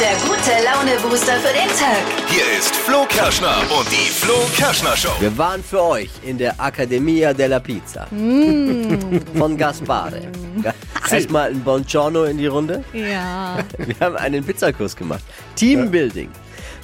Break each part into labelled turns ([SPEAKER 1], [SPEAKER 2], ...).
[SPEAKER 1] der gute Laune-Booster für den Tag.
[SPEAKER 2] Hier ist Flo Kerschner und die Flo Kerschner Show.
[SPEAKER 3] Wir waren für euch in der Accademia della Pizza von Gaspare. Ja, Erstmal ein Buongiorno in die Runde.
[SPEAKER 4] Ja.
[SPEAKER 3] Wir haben einen Pizzakurs gemacht. Teambuilding.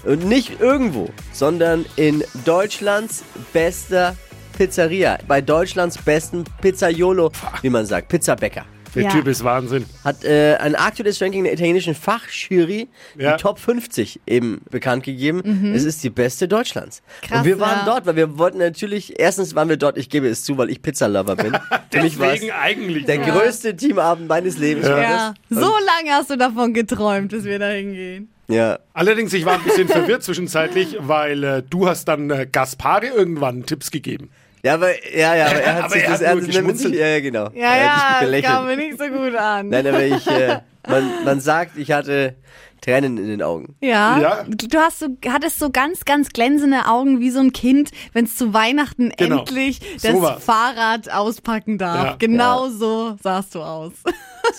[SPEAKER 3] Und nicht irgendwo, sondern in Deutschlands bester Pizzeria. Bei Deutschlands besten Pizzaiolo, wie man sagt, Pizzabäcker.
[SPEAKER 5] Der
[SPEAKER 4] Ja.
[SPEAKER 5] Typ ist Wahnsinn.
[SPEAKER 3] Hat äh, ein aktuelles Ranking der italienischen Fachjury,
[SPEAKER 5] Ja.
[SPEAKER 3] die Top 50 eben bekannt gegeben. Es ist die beste Deutschlands.
[SPEAKER 4] Mhm. Krass,
[SPEAKER 3] Und wir waren
[SPEAKER 4] ja.
[SPEAKER 3] dort, weil wir wollten natürlich, erstens waren wir dort, ich gebe es zu, weil ich Pizzalover bin. Für mich war es
[SPEAKER 5] Deswegen eigentlich.
[SPEAKER 3] der
[SPEAKER 5] nur.
[SPEAKER 3] größte Teamabend meines Lebens. Ja.
[SPEAKER 4] ja. So lange hast du davon geträumt, dass wir da hingehen.
[SPEAKER 3] ja.
[SPEAKER 5] Allerdings, ich war ein bisschen verwirrt zwischenzeitlich, weil äh, du hast dann äh, Gaspari irgendwann Tipps gegeben.
[SPEAKER 3] Ja, aber, ja, ja, aber er hat
[SPEAKER 5] Aber
[SPEAKER 3] sich
[SPEAKER 5] er
[SPEAKER 3] das
[SPEAKER 5] hat nur
[SPEAKER 3] ernst genommen.
[SPEAKER 5] geschmunzelt.
[SPEAKER 3] Ja, ja, genau.
[SPEAKER 4] Ja,
[SPEAKER 3] er hat
[SPEAKER 4] ja,
[SPEAKER 3] nicht
[SPEAKER 4] das kam
[SPEAKER 3] gelächelt.
[SPEAKER 4] mir nicht so gut an.
[SPEAKER 3] Nein, aber ich, äh, man, man sagt, ich hatte Tränen in den Augen.
[SPEAKER 4] Ja,
[SPEAKER 5] Ja.
[SPEAKER 4] du hast so, hattest so ganz, ganz glänzende Augen wie so ein Kind, wenn es zu Weihnachten
[SPEAKER 5] Genau.
[SPEAKER 4] endlich das
[SPEAKER 5] So war's.
[SPEAKER 4] Fahrrad auspacken darf.
[SPEAKER 5] Ja.
[SPEAKER 4] Genau so sahst du aus.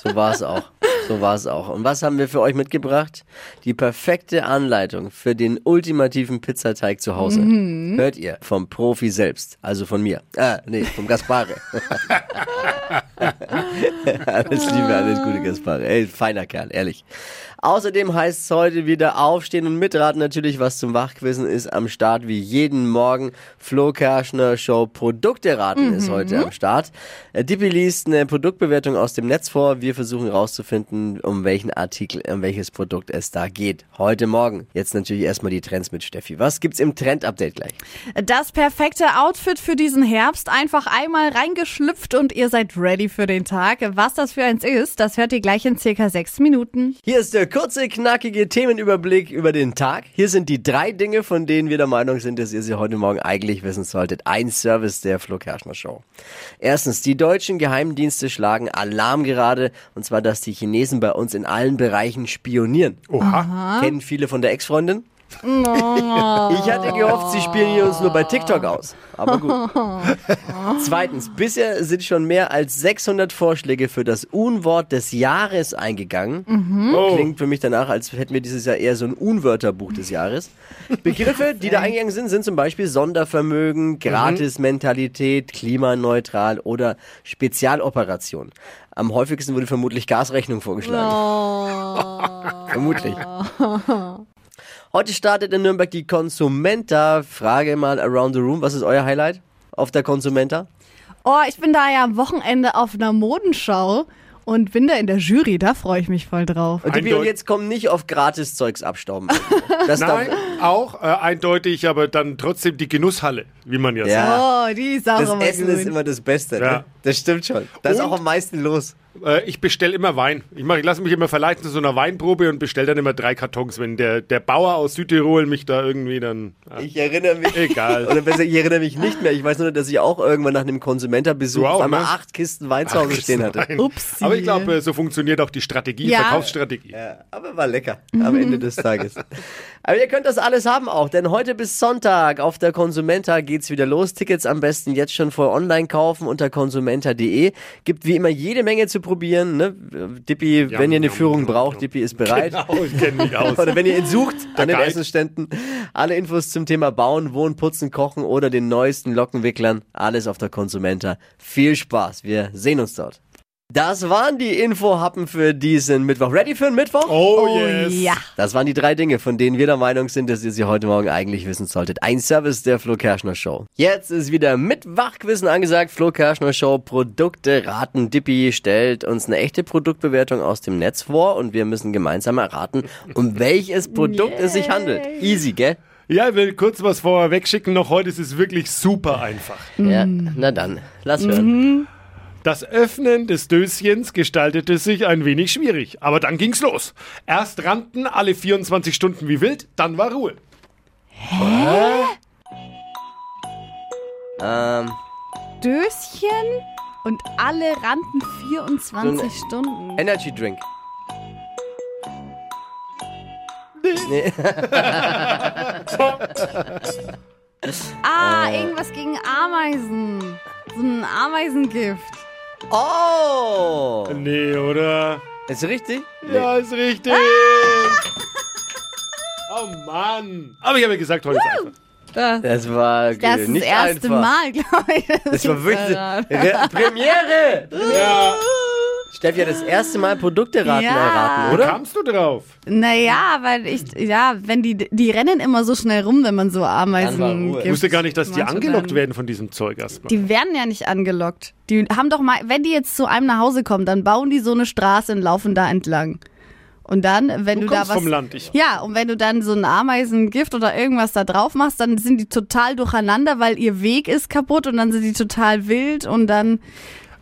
[SPEAKER 3] So war es auch. So war es auch. Und was haben wir für euch mitgebracht? Die perfekte Anleitung für den ultimativen Pizzateig zu Hause. Hört ihr vom Profi selbst, also von mir. Ah, nee, vom Gaspare. alles Liebe, alles Gute, Gaspare. Ey, feiner Kerl, ehrlich. Außerdem heißt es heute wieder aufstehen und mitraten. Natürlich, was zum Wachquissen ist am Start, wie jeden Morgen. Flo Kerschner Show Produkte raten ist heute am Start. Äh, Dippi liest eine Produktbewertung aus dem Netz vor. Wir versuchen herauszufinden, um welchen Artikel, um welches Produkt es da geht. Heute Morgen. Jetzt natürlich erstmal die Trends mit Steffi. Was gibt's im Trend-Update gleich?
[SPEAKER 4] Das perfekte Outfit für diesen Herbst. Einfach einmal reingeschlüpft und ihr seid ready für den Tag. Was das für eins ist, das hört ihr gleich in circa sechs Minuten.
[SPEAKER 3] Hier ist der kurze, knackige Themenüberblick über den Tag. Hier sind die drei Dinge, von denen wir der Meinung sind, dass ihr sie heute Morgen eigentlich wissen solltet. Ein Service der Flo Kerschner Show. Erstens, die deutschen Geheimdienste schlagen Alarm gerade, und zwar, dass die Chinesen bei uns in allen Bereichen spionieren.
[SPEAKER 5] Oha.
[SPEAKER 3] Kennen viele von der Ex-Freundin? Ich hatte gehofft, sie spielen hier uns nur bei TikTok aus. Aber gut. Zweitens, bisher sind schon mehr als 600 Vorschläge für das Unwort des Jahres eingegangen.
[SPEAKER 5] Oh.
[SPEAKER 3] Klingt für mich danach, als hätten wir dieses Jahr eher so ein Unwörterbuch des Jahres. Begriffe, die da eingegangen sind, sind zum Beispiel Sondervermögen, Gratismentalität, klimaneutral oder Spezialoperation. Am häufigsten wurde vermutlich Gasrechnung vorgeschlagen. Vermutlich. Heute startet in Nürnberg die Konsumenta. Frage mal around the room, was ist euer Highlight auf der Konsumenta?
[SPEAKER 4] Oh, ich bin da ja am Wochenende auf einer Modenschau und bin da in der Jury. Da freue ich mich voll drauf.
[SPEAKER 3] Und die
[SPEAKER 5] Eindeut-
[SPEAKER 3] Bienen jetzt kommen nicht auf Gratiszeugs abstauben. Das
[SPEAKER 5] Nein,
[SPEAKER 3] darf,
[SPEAKER 5] auch äh, eindeutig, aber dann trotzdem die Genusshalle, wie man ja,
[SPEAKER 3] Ja.
[SPEAKER 4] Oh, die Sache
[SPEAKER 3] das
[SPEAKER 4] war
[SPEAKER 3] Essen
[SPEAKER 4] gut.
[SPEAKER 3] ist immer das Beste. Ne?
[SPEAKER 5] Ja.
[SPEAKER 3] Das stimmt schon. Da ist
[SPEAKER 5] Und-
[SPEAKER 3] auch am meisten los.
[SPEAKER 5] sagt. Äh, ich bestelle immer Wein. Ich, mach- ich lasse mich immer verleiten zu so einer Weinprobe und bestelle dann immer drei Kartons, wenn der, der Bauer aus Südtirol mich da irgendwie dann... Äh,
[SPEAKER 3] Ich erinnere mich.
[SPEAKER 5] egal.
[SPEAKER 3] Oder besser, ich erinnere mich nicht mehr. Ich weiß nur, dass ich auch irgendwann nach einem Konsumenterbesuch
[SPEAKER 5] Du auch,
[SPEAKER 3] auf einmal
[SPEAKER 5] ne?
[SPEAKER 3] acht Kisten Wein zu Hause stehen hatte.
[SPEAKER 5] Nein.
[SPEAKER 4] Upsi.
[SPEAKER 5] Aber ich glaube, äh, so funktioniert auch die Strategie,
[SPEAKER 4] Ja.
[SPEAKER 5] Verkaufsstrategie.
[SPEAKER 3] Ja, aber war lecker am Ende des Tages. Aber ihr könnt das alles haben auch, denn heute bis Sonntag auf der Konsumenta geht's wieder los. Tickets am besten jetzt schon vor online kaufen unter konsumenta.de. Gibt wie immer jede Menge zu probieren. Ne? Dippi,
[SPEAKER 5] Yum,
[SPEAKER 3] wenn ihr eine
[SPEAKER 5] yum,
[SPEAKER 3] Führung
[SPEAKER 5] yum,
[SPEAKER 3] braucht,
[SPEAKER 5] yum.
[SPEAKER 3] Dippi ist bereit.
[SPEAKER 5] Genau, ich kenne mich aus.
[SPEAKER 3] Oder wenn ihr ihn sucht, an den
[SPEAKER 5] Guide.
[SPEAKER 3] Essensständen. Alle Infos zum Thema Bauen, Wohnen, Putzen, Kochen oder den neuesten Lockenwicklern. Alles auf der Konsumenta. Viel Spaß. Wir sehen uns dort. Das waren die Infohappen für diesen Mittwoch. Ready für den Mittwoch?
[SPEAKER 5] Oh,
[SPEAKER 4] Oh
[SPEAKER 5] yes.
[SPEAKER 4] ja.
[SPEAKER 3] Das waren die drei Dinge, von denen wir der Meinung sind, dass ihr sie heute Morgen eigentlich wissen solltet. Ein Service der Flo Kerschner Show. Jetzt ist wieder mit Wachquissen angesagt. Flo Kerschner Show Produkte raten. Dippi stellt uns eine echte Produktbewertung aus dem Netz vor und wir müssen gemeinsam erraten, um welches Produkt es sich handelt. Easy, gell?
[SPEAKER 5] Ja, ich will kurz was vorher wegschicken. Noch heute ist es wirklich super einfach.
[SPEAKER 3] Ja,
[SPEAKER 4] Mm.
[SPEAKER 3] na dann. Lass
[SPEAKER 4] Mhm.
[SPEAKER 3] hören.
[SPEAKER 5] Das Öffnen des Döschens gestaltete sich ein wenig schwierig, aber dann ging's los. Erst rannten alle 24 Stunden wie wild, dann war Ruhe.
[SPEAKER 3] Ähm,
[SPEAKER 4] Döschen und alle rannten 24
[SPEAKER 3] So ein-
[SPEAKER 4] Stunden.
[SPEAKER 3] Energy Drink.
[SPEAKER 4] Ah,
[SPEAKER 3] Äh.
[SPEAKER 4] irgendwas gegen Ameisen. So ein Ameisengift.
[SPEAKER 3] Oh!
[SPEAKER 5] Nee, oder?
[SPEAKER 3] Ist richtig?
[SPEAKER 5] Ja, ist richtig. Oh Mann. Aber ich habe ja gesagt, heute ist einfach.
[SPEAKER 4] Das,
[SPEAKER 3] Das war
[SPEAKER 4] das ist
[SPEAKER 3] nicht
[SPEAKER 4] das erste
[SPEAKER 3] einfach.
[SPEAKER 4] Mal, glaube ich.
[SPEAKER 3] Das war wirklich
[SPEAKER 4] daran.
[SPEAKER 3] Re Premiere.
[SPEAKER 5] Ja.
[SPEAKER 3] Steffi hat das erste Mal Produkte raten
[SPEAKER 4] Ja.
[SPEAKER 3] erraten,
[SPEAKER 5] Wo
[SPEAKER 3] oder?
[SPEAKER 5] kamst du drauf?
[SPEAKER 4] Naja, weil ich, ja, wenn die, die rennen immer so schnell rum, wenn man so
[SPEAKER 3] war Ruhe.
[SPEAKER 4] Ameisen gibt.
[SPEAKER 3] Ich
[SPEAKER 5] Ich wusste gar nicht, dass die
[SPEAKER 4] Manche
[SPEAKER 5] angelockt
[SPEAKER 4] dann-
[SPEAKER 5] werden von diesem Zeug erstmal.
[SPEAKER 4] Die werden ja nicht angelockt. Die haben doch mal, wenn die jetzt zu einem nach Hause kommen, dann bauen die so eine Straße und laufen da entlang. Und dann, wenn
[SPEAKER 5] Du
[SPEAKER 4] du, da
[SPEAKER 5] kommst
[SPEAKER 4] was.
[SPEAKER 5] vom Land, ich-
[SPEAKER 4] ja, und wenn du dann so ein Ameisengift oder irgendwas da drauf machst, dann sind die total durcheinander, weil ihr Weg ist kaputt und dann sind die total wild und dann.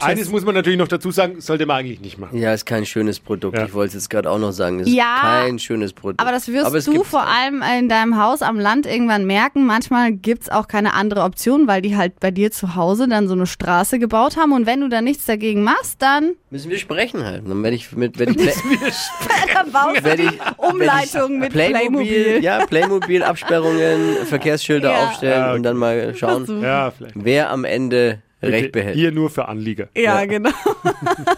[SPEAKER 5] Eines muss man natürlich noch dazu sagen, sollte man eigentlich nicht machen.
[SPEAKER 3] Ja, ist kein schönes Produkt.
[SPEAKER 5] Ja.
[SPEAKER 3] Ich wollte es jetzt gerade auch noch sagen. Es
[SPEAKER 4] Ja,
[SPEAKER 3] ist kein schönes Produkt.
[SPEAKER 4] Aber das wirst
[SPEAKER 3] Aber es
[SPEAKER 4] du
[SPEAKER 3] gibt's
[SPEAKER 4] vor
[SPEAKER 3] auch.
[SPEAKER 4] allem in deinem Haus am Land irgendwann merken. Manchmal gibt's auch keine andere Option, weil die halt bei dir zu Hause dann so eine Straße gebaut haben. Und wenn du da nichts dagegen machst, dann,
[SPEAKER 3] Müssen wir sprechen halt. Dann werde ich mit werde ich Play-
[SPEAKER 4] dann baust du
[SPEAKER 3] werde ich-
[SPEAKER 4] die Umleitung
[SPEAKER 3] werde
[SPEAKER 4] mit
[SPEAKER 3] ich Playmobil.
[SPEAKER 4] Playmobil.
[SPEAKER 3] Ja, Playmobil Absperrungen, Verkehrsschilder
[SPEAKER 4] Ja.
[SPEAKER 3] aufstellen
[SPEAKER 5] Ah,
[SPEAKER 3] und dann mal schauen,
[SPEAKER 5] Ja, vielleicht.
[SPEAKER 3] wer am Ende recht behält.
[SPEAKER 5] Hier nur für Anlieger.
[SPEAKER 4] Ja, genau.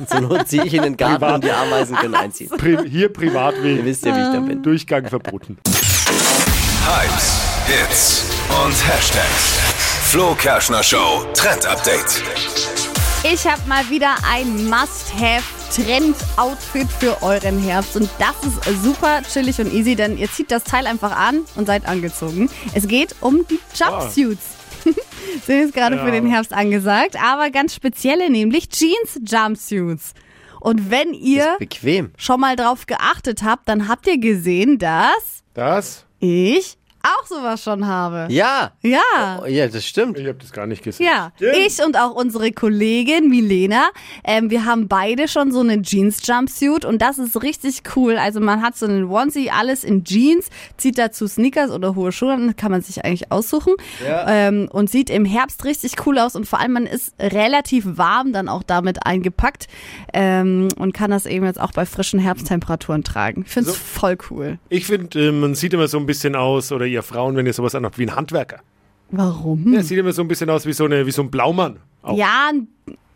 [SPEAKER 3] Zur Not ziehe ich in den Garten und die Ameisen können einziehen.
[SPEAKER 5] Pri hier
[SPEAKER 3] Ihr
[SPEAKER 5] Privatweg,
[SPEAKER 3] wisst ja, wie ich da bin.
[SPEAKER 5] Durchgang verboten.
[SPEAKER 2] Hypes, Hits und Hashtags. Flo Kerschner Show Trend Update.
[SPEAKER 4] Ich habe mal wieder ein Must-Have. Trend-Outfit für euren Herbst. Und das ist super chillig und easy, denn ihr zieht das Teil einfach an und seid angezogen. Es geht um die Jumpsuits. Sind jetzt gerade
[SPEAKER 5] Ja.
[SPEAKER 4] für den Herbst angesagt, aber ganz spezielle, nämlich Jeans-Jumpsuits. Und wenn ihr
[SPEAKER 3] Bequem.
[SPEAKER 4] schon mal drauf geachtet habt, dann habt ihr gesehen, dass
[SPEAKER 5] Das?
[SPEAKER 4] ich auch sowas schon habe.
[SPEAKER 3] Ja. Oh,
[SPEAKER 4] Ja.
[SPEAKER 3] Ja, das stimmt.
[SPEAKER 5] Ich habe das gar nicht gesehen.
[SPEAKER 4] Ja, ich und auch unsere Kollegin Milena, ähm, wir haben beide schon so einen Jeans-Jumpsuit und das ist richtig cool. Also man hat so einen Onesie, alles in Jeans, zieht dazu Sneakers oder hohe Schuhe, an, kann man sich eigentlich aussuchen
[SPEAKER 3] Ja.
[SPEAKER 4] ähm, und sieht im Herbst richtig cool aus und vor allem man ist relativ warm dann auch damit eingepackt ähm, und kann das eben jetzt auch bei frischen Herbsttemperaturen tragen. Ich find's voll cool.
[SPEAKER 5] Ich finde, äh, man sieht immer so ein bisschen aus, oder ihr Frauen, wenn ihr sowas anhabt, wie ein Handwerker.
[SPEAKER 4] Warum?
[SPEAKER 5] Ja, sieht immer so ein bisschen aus wie so, eine, wie so ein Blaumann. Auch.
[SPEAKER 4] Mhm. Ja, ein-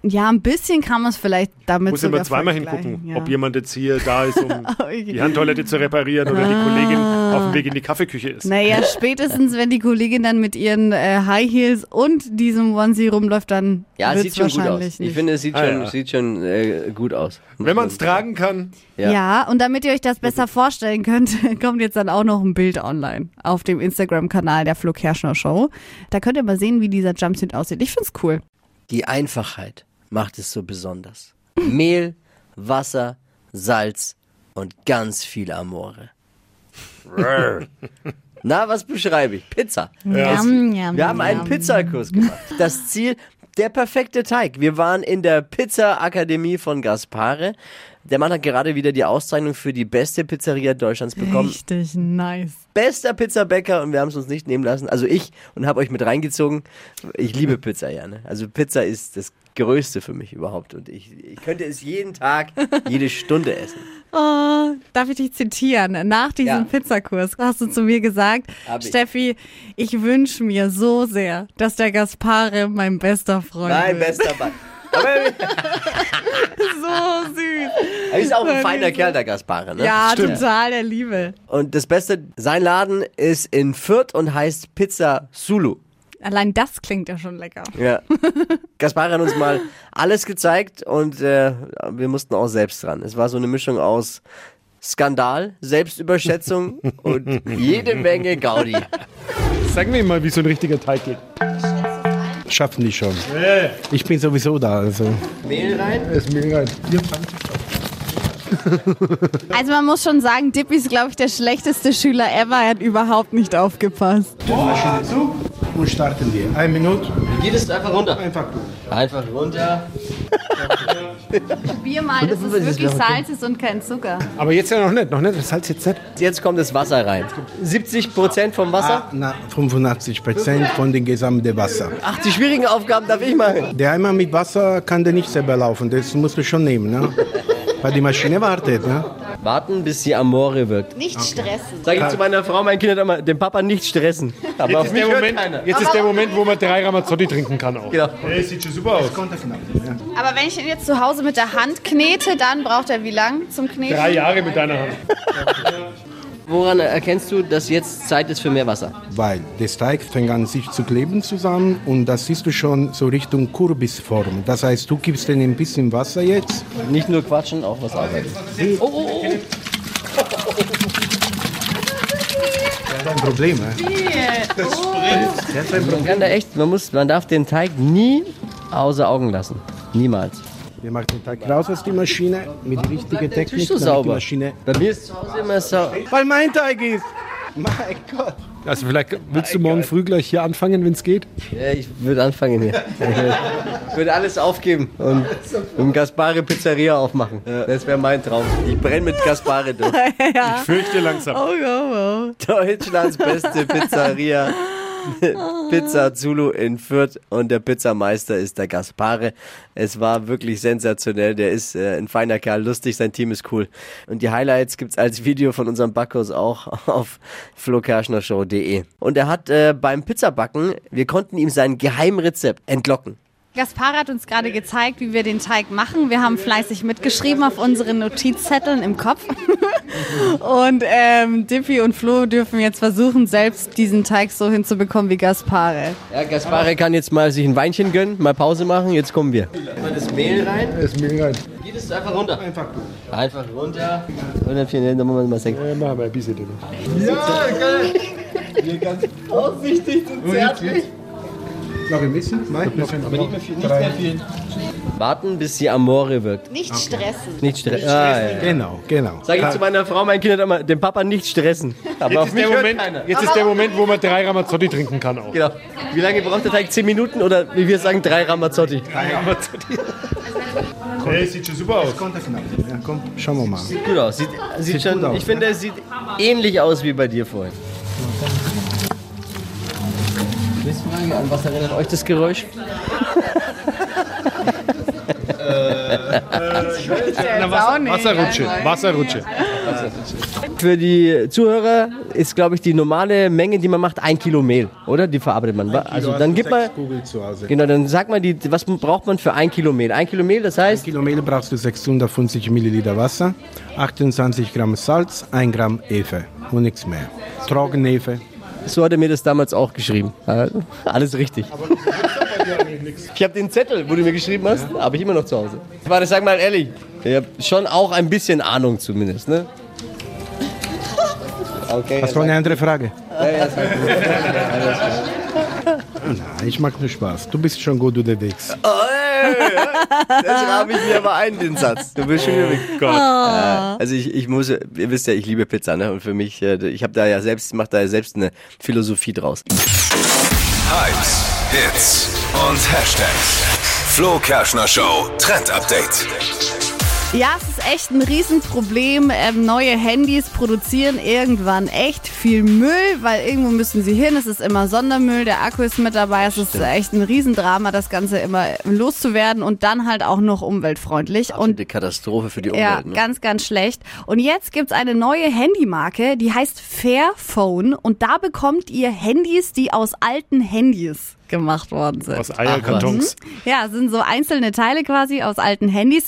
[SPEAKER 4] ja, ein bisschen kann man es vielleicht damit
[SPEAKER 5] Muss
[SPEAKER 4] sogar
[SPEAKER 5] immer zweimal
[SPEAKER 4] vergleichen,
[SPEAKER 5] hingucken,
[SPEAKER 4] ja.
[SPEAKER 5] ob jemand jetzt hier da ist, um
[SPEAKER 4] je.
[SPEAKER 5] die Handtoilette zu reparieren oder
[SPEAKER 4] Ah.
[SPEAKER 5] die Kollegin auf dem Weg in die Kaffeeküche ist.
[SPEAKER 4] Naja, spätestens wenn die Kollegin dann mit ihren äh, High Heels und diesem Onesie rumläuft, dann
[SPEAKER 3] Ja, es sieht
[SPEAKER 4] wird's
[SPEAKER 3] schon gut aus.
[SPEAKER 4] wahrscheinlich Nicht.
[SPEAKER 3] Ich finde, es sieht
[SPEAKER 5] Ah,
[SPEAKER 3] schon,
[SPEAKER 5] ja.
[SPEAKER 3] sieht schon äh, gut aus. Muss
[SPEAKER 5] Wenn man es
[SPEAKER 3] sagen.
[SPEAKER 5] tragen kann,
[SPEAKER 3] ja.
[SPEAKER 4] ja. und damit ihr euch das besser vorstellen könnt, kommt jetzt dann auch noch ein Bild online auf dem Instagram-Kanal der Flo Kerschner Show. Da könnt ihr mal sehen, wie dieser Jumpsuit aussieht. Ich find's cool.
[SPEAKER 3] Die Einfachheit macht es so besonders. Mehl, Wasser, Salz und ganz viel Amore. Na, was beschreibe ich? Pizza.
[SPEAKER 4] Yum, yum,
[SPEAKER 3] Wir haben einen
[SPEAKER 4] yum.
[SPEAKER 3] Pizzakurs gemacht. Das Ziel, der perfekte Teig. Wir waren in der Pizza-Akademie von Gaspare. Der Mann hat gerade wieder die Auszeichnung für die beste Pizzeria Deutschlands bekommen.
[SPEAKER 4] Richtig nice.
[SPEAKER 3] Bester Pizzabäcker und wir haben es uns nicht nehmen lassen. Also ich und habe euch mit reingezogen. Ich liebe Pizza ja. Ne? Also Pizza ist das Größte für mich überhaupt und ich, ich könnte es jeden Tag, jede Stunde essen.
[SPEAKER 4] Oh, darf ich dich zitieren? Nach diesem
[SPEAKER 3] Ja.
[SPEAKER 4] Pizzakurs hast du zu mir gesagt,
[SPEAKER 3] Hab ich.
[SPEAKER 4] Steffi, ich wünsche mir so sehr, dass der Gaspare mein bester Freund
[SPEAKER 3] Mein
[SPEAKER 4] wird.
[SPEAKER 3] bester Back. Aber
[SPEAKER 4] So süß.
[SPEAKER 3] er ist auch ein feiner Kerl, der Gaspare. Ne?
[SPEAKER 4] Ja, total der Liebe.
[SPEAKER 3] Und das Beste, sein Laden ist in Fürth und heißt Pizza Zulu.
[SPEAKER 4] Allein das klingt ja schon lecker.
[SPEAKER 3] Ja. Gaspar hat uns mal alles gezeigt und äh, wir mussten auch selbst dran. Es war so eine Mischung aus Skandal, Selbstüberschätzung und jede Menge Gaudi.
[SPEAKER 5] sag mir mal, wie so ein richtiger Teig geht.
[SPEAKER 6] Schaffen die schon. Ich bin sowieso da, also.
[SPEAKER 3] Mehl rein?
[SPEAKER 6] Das Mehl rein.
[SPEAKER 4] Also man muss schon sagen, Dippy ist, glaube ich, der schlechteste Schüler ever. Er hat überhaupt nicht aufgepasst.
[SPEAKER 6] Die Maschine zu und starten wir. Eine Minute,
[SPEAKER 3] Geht es einfach runter?
[SPEAKER 6] einfach durch.
[SPEAKER 3] Einfach runter.
[SPEAKER 4] Probier mal, dass es wirklich Salz ist und kein Zucker.
[SPEAKER 5] Aber jetzt ja noch nicht, noch nicht, das heißt jetzt nicht.
[SPEAKER 3] Jetzt kommt das Wasser rein. 70% vom Wasser?
[SPEAKER 6] Ah, Na, 85 Prozent von dem gesamten Wasser.
[SPEAKER 3] Ach, die schwierigen Aufgaben darf ich machen.
[SPEAKER 6] Der Eimer mit Wasser kann der nicht selber laufen, das muss man schon nehmen, ne? Weil die Maschine wartet, ne?
[SPEAKER 3] Warten, bis die Amore wirkt.
[SPEAKER 4] Nicht stressen.
[SPEAKER 3] Sag ich zu meiner Frau, meinen Kindern immer, den Papa nicht stressen. Aber
[SPEAKER 5] Jetzt
[SPEAKER 3] auf
[SPEAKER 5] ist,
[SPEAKER 3] mich
[SPEAKER 5] der
[SPEAKER 3] hört
[SPEAKER 5] Moment,
[SPEAKER 3] keiner.
[SPEAKER 5] jetzt ist der Moment, wo man drei Ramazzotti trinken kann auch.
[SPEAKER 3] Genau.
[SPEAKER 5] Ey, sieht schon super aus.
[SPEAKER 4] Aber wenn ich ihn jetzt zu Hause mit der Hand knete, dann braucht er wie lang zum Kneten?
[SPEAKER 5] Drei Jahre mit deiner Hand.
[SPEAKER 3] Wo woran erkennst du, dass jetzt Zeit ist für mehr Wasser?
[SPEAKER 6] weil der Teig fängt an sich zu kleben zusammen und das siehst du schon so Richtung Kurbisform. Das heißt, du gibst denen ein bisschen Wasser jetzt.
[SPEAKER 3] Nicht nur quatschen, auch was arbeiten. Oh, oh, oh.
[SPEAKER 6] Kein Problem, ne?
[SPEAKER 3] Man kann da echt, man muss, man darf den Teig nie außer Augen lassen. Niemals.
[SPEAKER 6] Wir machen den Teig raus aus der Maschine mit der richtigen
[SPEAKER 3] Der Tisch
[SPEAKER 6] Technik,
[SPEAKER 3] so
[SPEAKER 6] damit die
[SPEAKER 3] sauber.
[SPEAKER 6] Maschine...
[SPEAKER 3] Bei mir ist zu Hause immer so.
[SPEAKER 6] Weil mein Teig ist! Mein Gott!
[SPEAKER 5] Also vielleicht willst du morgen früh gleich hier anfangen, wenn es geht?
[SPEAKER 3] Ja, ich würde anfangen hier. Ich würde alles aufgeben und eine Gaspare Pizzeria aufmachen. Das wäre mein Traum. Ich brenne mit Gaspare durch.
[SPEAKER 5] Ich fürchte langsam.
[SPEAKER 4] Oh, oh, oh.
[SPEAKER 3] Deutschlands beste Pizzeria. Pizza Zulu in Fürth und der Pizzameister ist der Gaspare. Es war wirklich sensationell. Der ist äh, ein feiner Kerl, lustig, sein Team ist cool. Und die Highlights gibt's als Video von unserem Backhaus auch auf flokerschnershow.de. Und er hat äh, beim Pizzabacken, wir konnten ihm sein Geheimrezept entlocken.
[SPEAKER 4] Gaspar hat uns gerade gezeigt, wie wir den Teig machen. Wir haben fleißig mitgeschrieben auf unseren Notizzetteln im Kopf. und ähm, Dippy und Flo dürfen jetzt versuchen, selbst diesen Teig so hinzubekommen wie Gaspare.
[SPEAKER 3] Ja, Gaspare kann jetzt mal sich ein Weinchen gönnen, mal Pause machen, jetzt kommen wir. Immer das Mehl rein,
[SPEAKER 6] Das ist mir egal.
[SPEAKER 3] geht es einfach runter.
[SPEAKER 6] Einfach gut.
[SPEAKER 3] Einfach runter. Und dann vielen Dank, nochmal mal senken.
[SPEAKER 6] Wir machen ein bisschen drüber.
[SPEAKER 3] Vorsichtig und zärtlich.
[SPEAKER 6] Noch ein bisschen? Nein, noch ein bisschen.
[SPEAKER 3] Warten, bis die Amore wirkt.
[SPEAKER 4] Nicht stressen.
[SPEAKER 3] Nicht stressen. Ah, ja.
[SPEAKER 6] Genau, genau.
[SPEAKER 3] Sag ich zu meiner Frau, mein Kind hat immer, den Papa nicht stressen. Aber auf mich hört keiner.
[SPEAKER 5] jetzt ist der Moment, wo man drei Ramazzotti trinken kann auch.
[SPEAKER 3] Genau. Wie lange braucht der Teig? Zehn Minuten oder wie wir sagen, drei Ramazzotti?
[SPEAKER 5] Hey, sieht schon super aus.
[SPEAKER 6] Ja, komm, schauen wir mal.
[SPEAKER 3] Sieht gut aus. Sieht, sieht, schon,
[SPEAKER 6] gut aus,
[SPEAKER 3] ich finde, es sieht ähnlich aus wie bei dir vorhin. Quizfrage, an was erinnert euch das Geräusch?
[SPEAKER 5] Wasserrutsche, Wasserrutsche.
[SPEAKER 3] Für die Zuhörer ist, glaube ich, die normale Menge, die man macht, ein Kilo Mehl, oder? Die verarbeitet man. wa? Also dann gibt man,
[SPEAKER 6] Kugeln zu Hause.
[SPEAKER 3] genau, dann sagt man, die, was braucht man für ein Kilo Mehl? Ein Kilo Mehl, das heißt,
[SPEAKER 6] Kilo Mehl brauchst du 650 Milliliter Wasser, 28 Gramm Salz, 1 Gramm Hefe und nichts mehr. Trockene Hefe.
[SPEAKER 3] So hat er mir das damals auch geschrieben. Äh, Alles richtig. Ich habe den Zettel, wo du mir geschrieben hast, habe ich immer noch zu Hause. Warte, sag mal ehrlich, ich habe schon auch ein bisschen Ahnung zumindest, ne? Okay.
[SPEAKER 6] Das war eine andere Frage.
[SPEAKER 3] ja, sag-
[SPEAKER 6] Ah, Nein, ich mag nur Spaß. Du bist schon gut unterwegs.
[SPEAKER 3] Oh, ey, das rahm ich mir aber ein, den Satz. Du bist schon wieder weg.
[SPEAKER 4] Oh.
[SPEAKER 5] Gott.
[SPEAKER 3] Also ich, ich muss, ihr wisst ja, ich liebe Pizza, ne? Und für mich, äh, ich habe da ja selbst, mache da ja selbst eine Philosophie draus.
[SPEAKER 2] Hypes, Hits und Hashtags. Flo Kerschner Show Trend Update.
[SPEAKER 4] Ja, es ist echt ein Riesenproblem. Ähm, neue Handys produzieren irgendwann echt viel Müll, weil irgendwo müssen sie hin. Es ist immer Sondermüll, der Akku ist mit dabei. Es ist echt ein Riesendrama, das Ganze immer loszuwerden und dann halt auch noch umweltfreundlich. Und
[SPEAKER 3] Eine Katastrophe für die Umwelt.
[SPEAKER 4] ja,
[SPEAKER 3] ne?
[SPEAKER 4] ganz, ganz schlecht. Und jetzt gibt's eine neue Handymarke, die heißt Fairphone. Und da bekommt ihr Handys, die aus alten Handys gemacht worden sind.
[SPEAKER 5] Aus Eierkartons.
[SPEAKER 4] Ja, es sind so einzelne Teile quasi aus alten Handys.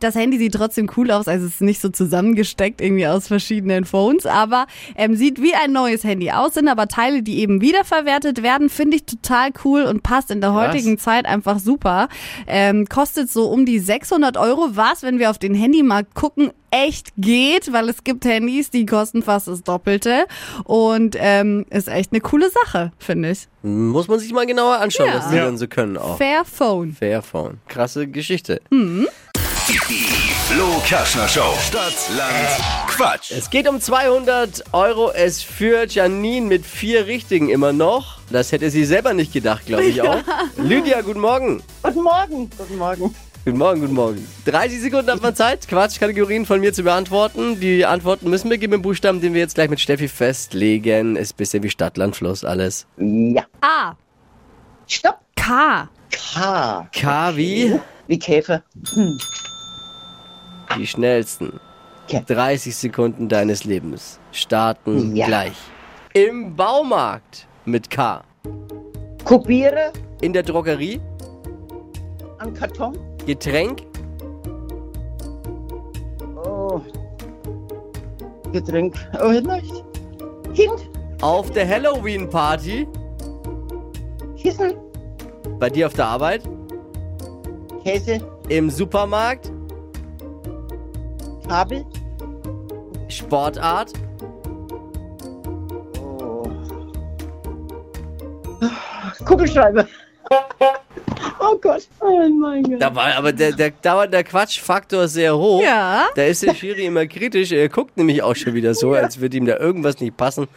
[SPEAKER 4] Das Handy sieht trotzdem cool aus, also es ist nicht so zusammengesteckt irgendwie aus verschiedenen Phones, aber ähm, sieht wie ein neues Handy aus, sind aber Teile, die eben wiederverwertet werden, finde ich total cool und passt in der heutigen Zeit einfach super. Ähm, kostet so um die 600 Euro, was, wenn wir auf den Handymarkt gucken, echt geht, weil es gibt Handys, die kosten fast das Doppelte und ähm, ist echt eine coole Sache, finde ich.
[SPEAKER 3] Muss man sich mal genauer anschauen,
[SPEAKER 4] Ja.
[SPEAKER 3] was die
[SPEAKER 5] Ja.
[SPEAKER 3] dann so können auch.
[SPEAKER 4] Fairphone.
[SPEAKER 3] Fairphone. Krasse Geschichte.
[SPEAKER 7] Hm.
[SPEAKER 2] Die Flo Kerschner Show. Stadt, Land, Quatsch.
[SPEAKER 3] Es geht um 200 Euro. Es führt Janine mit vier Richtigen immer noch. Das hätte sie selber nicht gedacht, glaube ich auch. Lydia, guten Morgen.
[SPEAKER 7] Guten Morgen. Guten Morgen.
[SPEAKER 3] Guten Morgen, guten Morgen. 30 Sekunden hat man Zeit, Quatschkategorien von mir zu beantworten. Die Antworten müssen wir geben im Buchstaben, den wir jetzt gleich mit Steffi festlegen. Ist ein bisschen wie Stadtlandfluss alles.
[SPEAKER 7] Ja.
[SPEAKER 4] A.
[SPEAKER 7] Stopp.
[SPEAKER 4] K.
[SPEAKER 7] K.
[SPEAKER 3] K wie
[SPEAKER 7] Wie Käfer.
[SPEAKER 3] die schnellsten.
[SPEAKER 7] Okay.
[SPEAKER 3] 30 Sekunden deines Lebens starten
[SPEAKER 7] Ja.
[SPEAKER 3] gleich. Im Baumarkt mit K.
[SPEAKER 7] Kopiere
[SPEAKER 3] In der Drogerie,
[SPEAKER 7] an Karton.
[SPEAKER 3] Getränk,
[SPEAKER 7] Oh. Getränk. Oh, nicht. Kind,
[SPEAKER 3] Auf der Halloween-Party?
[SPEAKER 7] Kissen,
[SPEAKER 3] Bei dir auf der Arbeit?
[SPEAKER 7] Käse,
[SPEAKER 3] Im Supermarkt?
[SPEAKER 7] Kabel,
[SPEAKER 3] Sportart?
[SPEAKER 7] oh. Kugelschreiber. Oh Gott, oh mein Gott.
[SPEAKER 3] Da war aber der, der, da war der Quatschfaktor sehr hoch.
[SPEAKER 4] Ja.
[SPEAKER 3] Da ist der Schiri immer kritisch. Er guckt nämlich auch schon wieder so, als würde ihm da irgendwas nicht passen.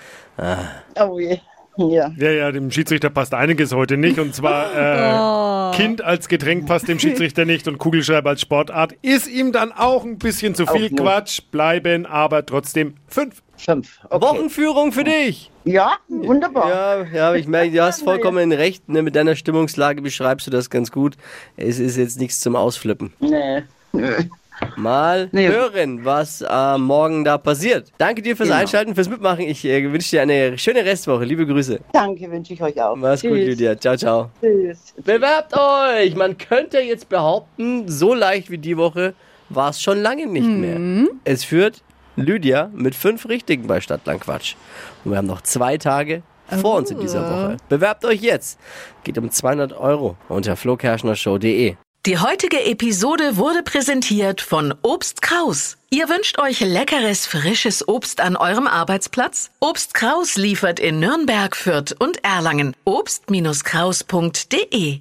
[SPEAKER 7] Oh je. Ja.
[SPEAKER 5] Ja, ja, dem Schiedsrichter passt einiges heute nicht. Und zwar äh, Kind als Getränk passt dem Schiedsrichter nicht und Kugelschreiber als Sportart ist ihm dann auch ein bisschen zu viel
[SPEAKER 7] nicht.
[SPEAKER 5] Quatsch. Bleiben aber trotzdem fünf.
[SPEAKER 7] Fünf. Okay.
[SPEAKER 3] Wochenführung für dich.
[SPEAKER 7] Ja, wunderbar.
[SPEAKER 3] Ja, ja, aber ich merke, du hast vollkommen recht. Ne? Mit deiner Stimmungslage beschreibst du das ganz gut. Es ist jetzt nichts zum Ausflippen.
[SPEAKER 7] Nee. Nö.
[SPEAKER 3] Mal
[SPEAKER 7] Nee.
[SPEAKER 3] hören, was am morgen da passiert. Danke dir
[SPEAKER 7] Genau.
[SPEAKER 3] fürs Einschalten, fürs Mitmachen. Ich äh, wünsche dir eine schöne Restwoche. Liebe Grüße.
[SPEAKER 7] Danke wünsche ich euch auch.
[SPEAKER 3] Mach's gut,
[SPEAKER 7] Tschüss.
[SPEAKER 3] Lydia. Ciao, ciao.
[SPEAKER 7] Tschüss.
[SPEAKER 3] Bewerbt euch! Man könnte jetzt behaupten, so leicht wie die Woche war es schon lange nicht mehr. Es führt Lydia mit fünf Richtigen bei Stadtlandquatsch. Und wir haben noch zwei Tage vor uns in dieser Woche. Bewerbt euch jetzt! Geht um 200 Euro unter flokerschnershow.de.
[SPEAKER 8] Die heutige Episode wurde präsentiert von Obst Kraus. Ihr wünscht euch leckeres, frisches Obst an eurem Arbeitsplatz? Obst Kraus liefert in Nürnberg, Fürth und Erlangen. Obst-Kraus.de